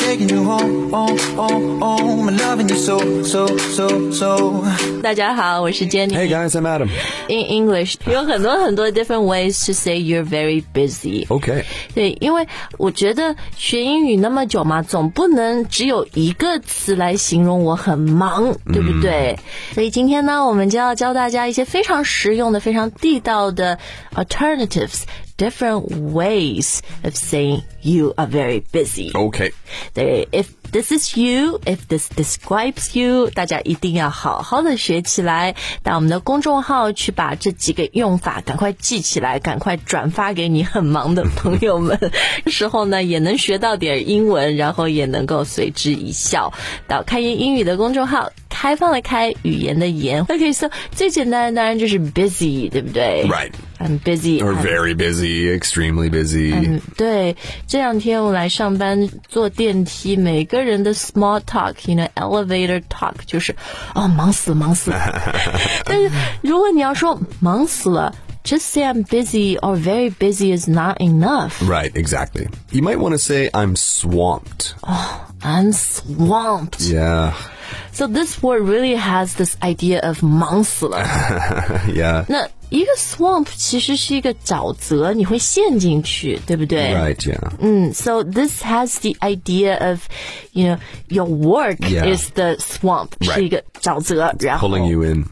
home, home, home, home. I'm loving you so, so, so, so. 大家好，我是 Jenny。 Hey guys, I'm Adam. In English 有很多很多 different ways to say you're very busy。 Okay. 对，因为我觉得学英语那么久嘛，总不能只有一个词来形容我很忙，对不对？所以今天呢，我们就要教大家一些非常实用的、非常地道的 alternatives。Different ways of saying you are very busy. Okay. 对，if this is you, if this describes you，大家一定要好好的学起来，到我们的公众号去把这几个用法赶快记起来，赶快转发给你很忙的朋友 们。这时候呢，也能学到点英文，然后也能够随之一笑。到开言英语的公众号，开放的开，语言的言，那可以搜最简单的当然就是 busy，对不对 Right. I'm busy. Or I'm very busy, extremely busy. 嗯，对，这两天我来上班坐电梯，每个人的 small talk，you know elevator talk，就是哦，忙死了，忙死了。但是如果你要说忙死了，just say I'm busy or very busy is not enough。 Right, exactly. You might want to say, I'm swamped. I'm swamped。 Yeah, So this word really has this idea of 忙死了。 yeah. 那一个 swamp 其实是一个沼泽，你会陷进去，对不对 Right, yeah. Mm, so this has the idea of, you know, your work Yeah. is the swamp, Right. 是一个沼泽，然后- Pulling you in.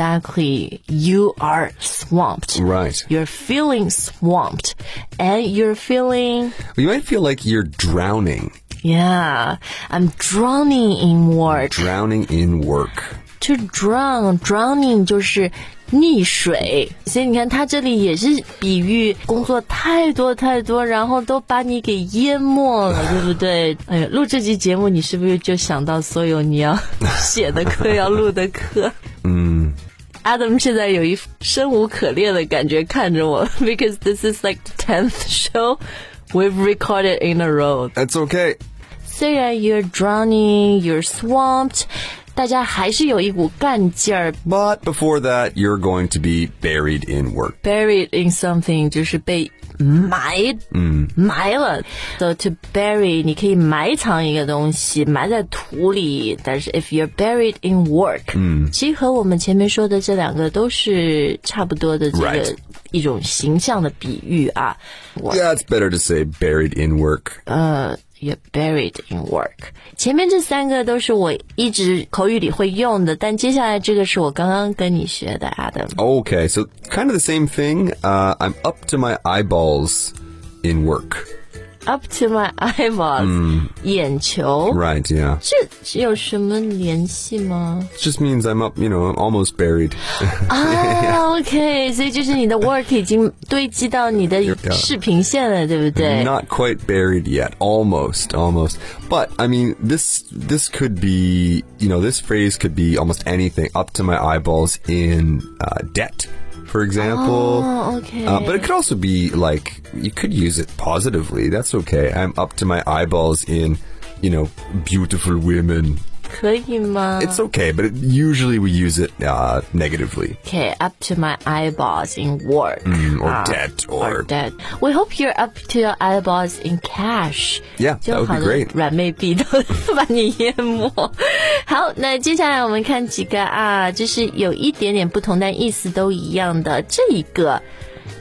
Exactly, you are swamped. Right. You're feeling swamped, and you're feeling, You might feel like you're drowning, yeah, I'm drowning in work. drowning in work. To drown, drowning 就是溺水，所以你看它这里也是比喻工作太多太多，然后都把你给淹没了，对不对？ 哎呀，录这期节目，你是不是就想到所有你要 写的课、要录的课？嗯。Adam 现在有一副生无可恋的感觉看着我，because this is like the tenth show we've recorded in a row。 That's okay. 虽然 you're drowning, you're swamped，大家还是有一股干劲儿。 But before that, you're going to be buried in work. Buried in something 就是被埋，嗯，埋了。So to bury，你可以埋藏一个东西，埋在土里。但是 if you're buried in work，嗯，其实和我们前面说的这两个都是差不多的这个 Right 一种形象的比喻啊。我 Yeah, it's better to say buried in work. 呃，you're buried in work。前面这三个都是我一直口语里会用的，但接下来这个是我刚刚跟你学的，Adam。哦 Okay, so kind of the same thing. Uh, I'm up to my eyeballs in work. Up to my eyeballs，、眼球 Right, yeah. 这有什么联系 吗？ It just means I'm up, you know, I'm almost buried. 哎啊，OK，所以就是你的 work 已经堆积到你的 Yeah. 视频线了，对不对 Not quite buried yet. Almost, almost. But I mean, this this could be, you know, this phrase could be almost anything. Up to my eyeballs in uh, debt, for example. Oh, okay. Uh, but it could also be like you could use it positively. That's okay. I'm up to my eyeballs in, you know, beautiful women. 可以吗 It's okay, but it, usually we use it uh, negatively. mm, OK，up、to my eyeballs in work、 or 啊 debt or or dead. We hope you're up to your eyeballs in cash. Yeah, 就 that would 好 be 的 great. 软妹 币都把你淹没。好，那接下来我们看几个啊，就是有一点点不同，但意思都一样的。这一个，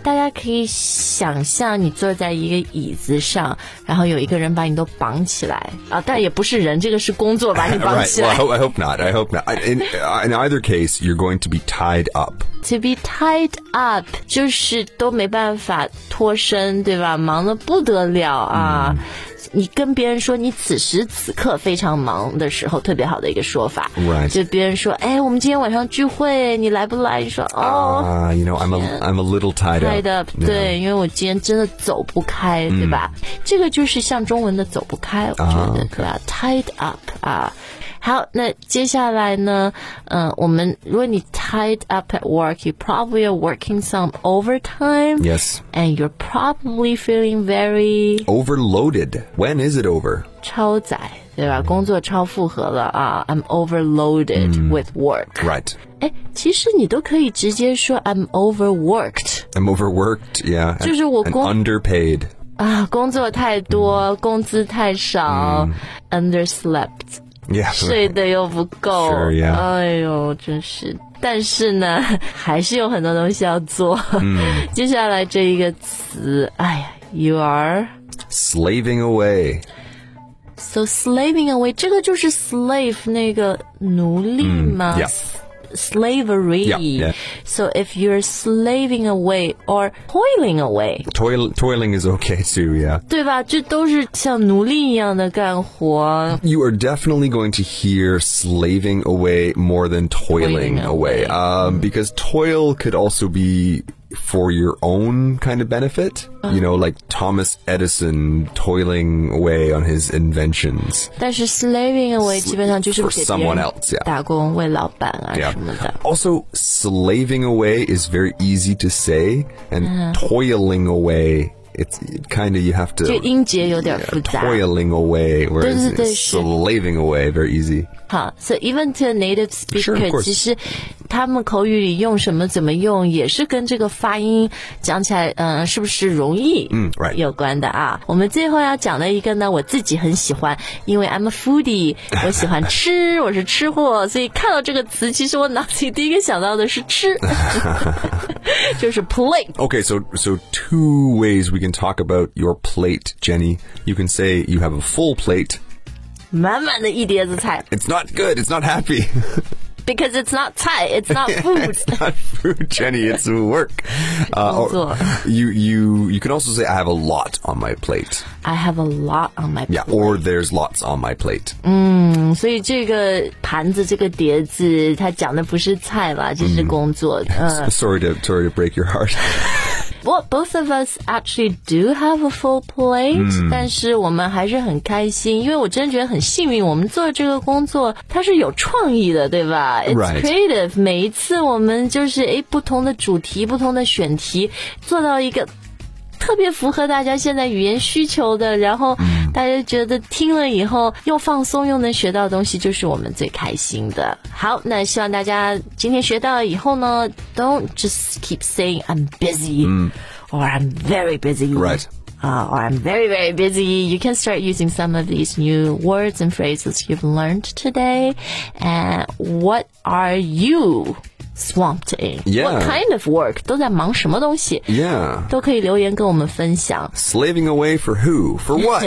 大家可以想象你坐在一个椅子上，然后有一个人把你都绑起来啊，但也不是人，这个是工作把你绑 Right. 起 Well, 来。I hope, I hope not. I hope not. I, in, uh, in either case, you're going to be tied up. To be tied up 就是都没办法脱身，对吧？忙得不得了啊！你跟别人说你此时此刻非常忙的时候，特别好的一个说法。 Right 就别人说，哎，我们今天晚上聚会，你来不来？你说哦。 Ah, you know, I'm a I'm a little tied up. Oh, tied up， Yeah. 对，因为我今天真的走不开，对吧？这个就是像中文的走不开，我觉得对吧？tied up 啊。好，那接下来呢？嗯、我们如果你 tied up at work，you probably are working some overtime。 Yes. And you're probably feeling very Overloaded. When is it over? 超载，对吧？工作超负荷了啊！I'm overloaded with work。 Right. 哎，其实你都可以直接说 I'm overworked。 I'm overworked. Yeah. and- 就是我 and 工- underpaid. 啊， 工作太多，工资太少、u n d e r s l e p t Yeah. 睡得又不够 Sure, yeah. 哎呦，真是。但是呢， 还是有很多东西要做。 接下来这一个词，哎呀，you are Slaving away. so slaving away，这个就是 slave 那个奴隶吗、 yeah. Slavery. Yeah, yeah. So if you're slaving away or toiling away, Toil- toiling is okay too, yeah. 对吧？这都是像奴隶一样的干活。 You are definitely going to hear slaving away more than toiling, Toiling away. away. Mm-hmm. Um, because toil could also be for your own kind of benefit. Uh-huh. You know, like Thomas Edison toiling away on his inventions. 但是 slaving away 基本上就是 for 给别 someone 人 else, yeah. 打工，为老板啊 Yeah. 什么的。 Also, slaving away is very easy to say, Uh-huh. and toiling away, it's it kind of you have to. 就音节有点 yeah, 复杂。 toiling away, whereas 对，对，对，是。 slaving away, very easy. 好，so even to a native Sure, of speaker， course. 其实他们口语里用什么怎么用，也是跟这个发音讲起来，嗯、是不是容易？嗯，right 有关的啊。我们最后要讲的一个呢，我自己很喜欢，因为 I'm a foodie，我喜欢 吃，我是吃货，所以看到这个词，其实我脑子里第一个想到的是 吃，就是 plate。 Okay, so so two ways we can talk about your plate, Jenny. You can say you have a full plate. 满满的一碟子菜 It's not good. It's not happy. ，because it's not 菜，it's not food。 it's not food, Jenny. It's work. Uh, or you you you can also say I have a lot on my plate. I have a lot on my 嗯 Yeah, or there's lots on my plate. 所以这个盘子、这个碟子，它讲的不是菜吧？这是工作。嗯 Sorry to sorry to break your heart. ，What both of us actually do have a full plate，、但嗯是我们还是很开心，因为我真的觉得很幸运，我们做这个工作它是有创意的，对吧？It's Right. creative。每一次我们就是诶不同的主题、不同的选题，做到一个特别符合大家现在语言需求的，然后嗯大家觉得听了以后又放松又能学到东西，就是我们最开心的。好，那希望大家今天学到了以后呢，Don't just keep saying I'm busy、or I'm very busy。Mm. Right. 啊 or I'm very, very busy. You can start using some of these new words and phrases you've learned today. And what are you swamped in? Yeah. What kind of work? 都在忙什么东西？ Yeah. 都可以留言跟我们分享。 Slaving away for who? For what?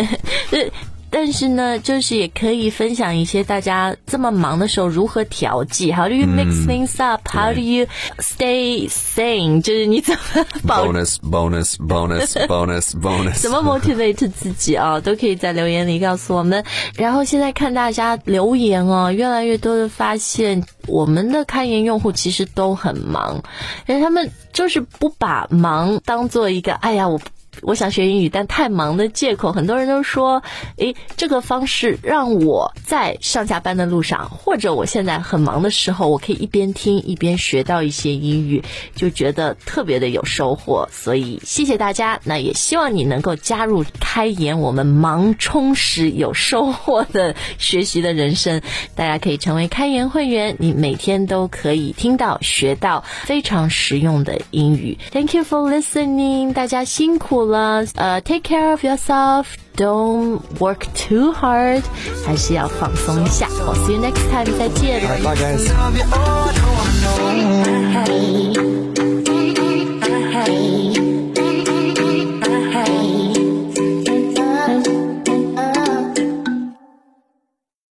呃，但是呢，就是也可以分享一些大家这么忙的时候如何调剂。How do you mix things up? How do you stay sane？就是你怎么保 bonus, bonus, bonus, bonus, bonus. 怎么 motivate 自己啊，都可以在留言里告诉我们。然后现在看大家留言哦，越来越多的发现，我们的开源用户其实都很忙，而他们就是不把忙当做一个，哎呀，我。我想学英语，但太忙的借口，很多人都说，诶，这个方式让我在上下班的路上，或者我现在很忙的时候，我可以一边听一边学到一些英语，就觉得特别的有收获。所以谢谢大家，那也希望你能够加入开言我们忙充实有收获的学习的人生。大家可以成为开言会员，你每天都可以听到学到非常实用的英语。Thank you for listening，大家辛苦了。呃、t a k e care of yourself，don't work too hard，还是要放松一下。我 see you next time，再见。 Bye guys. Love you all, no, I know.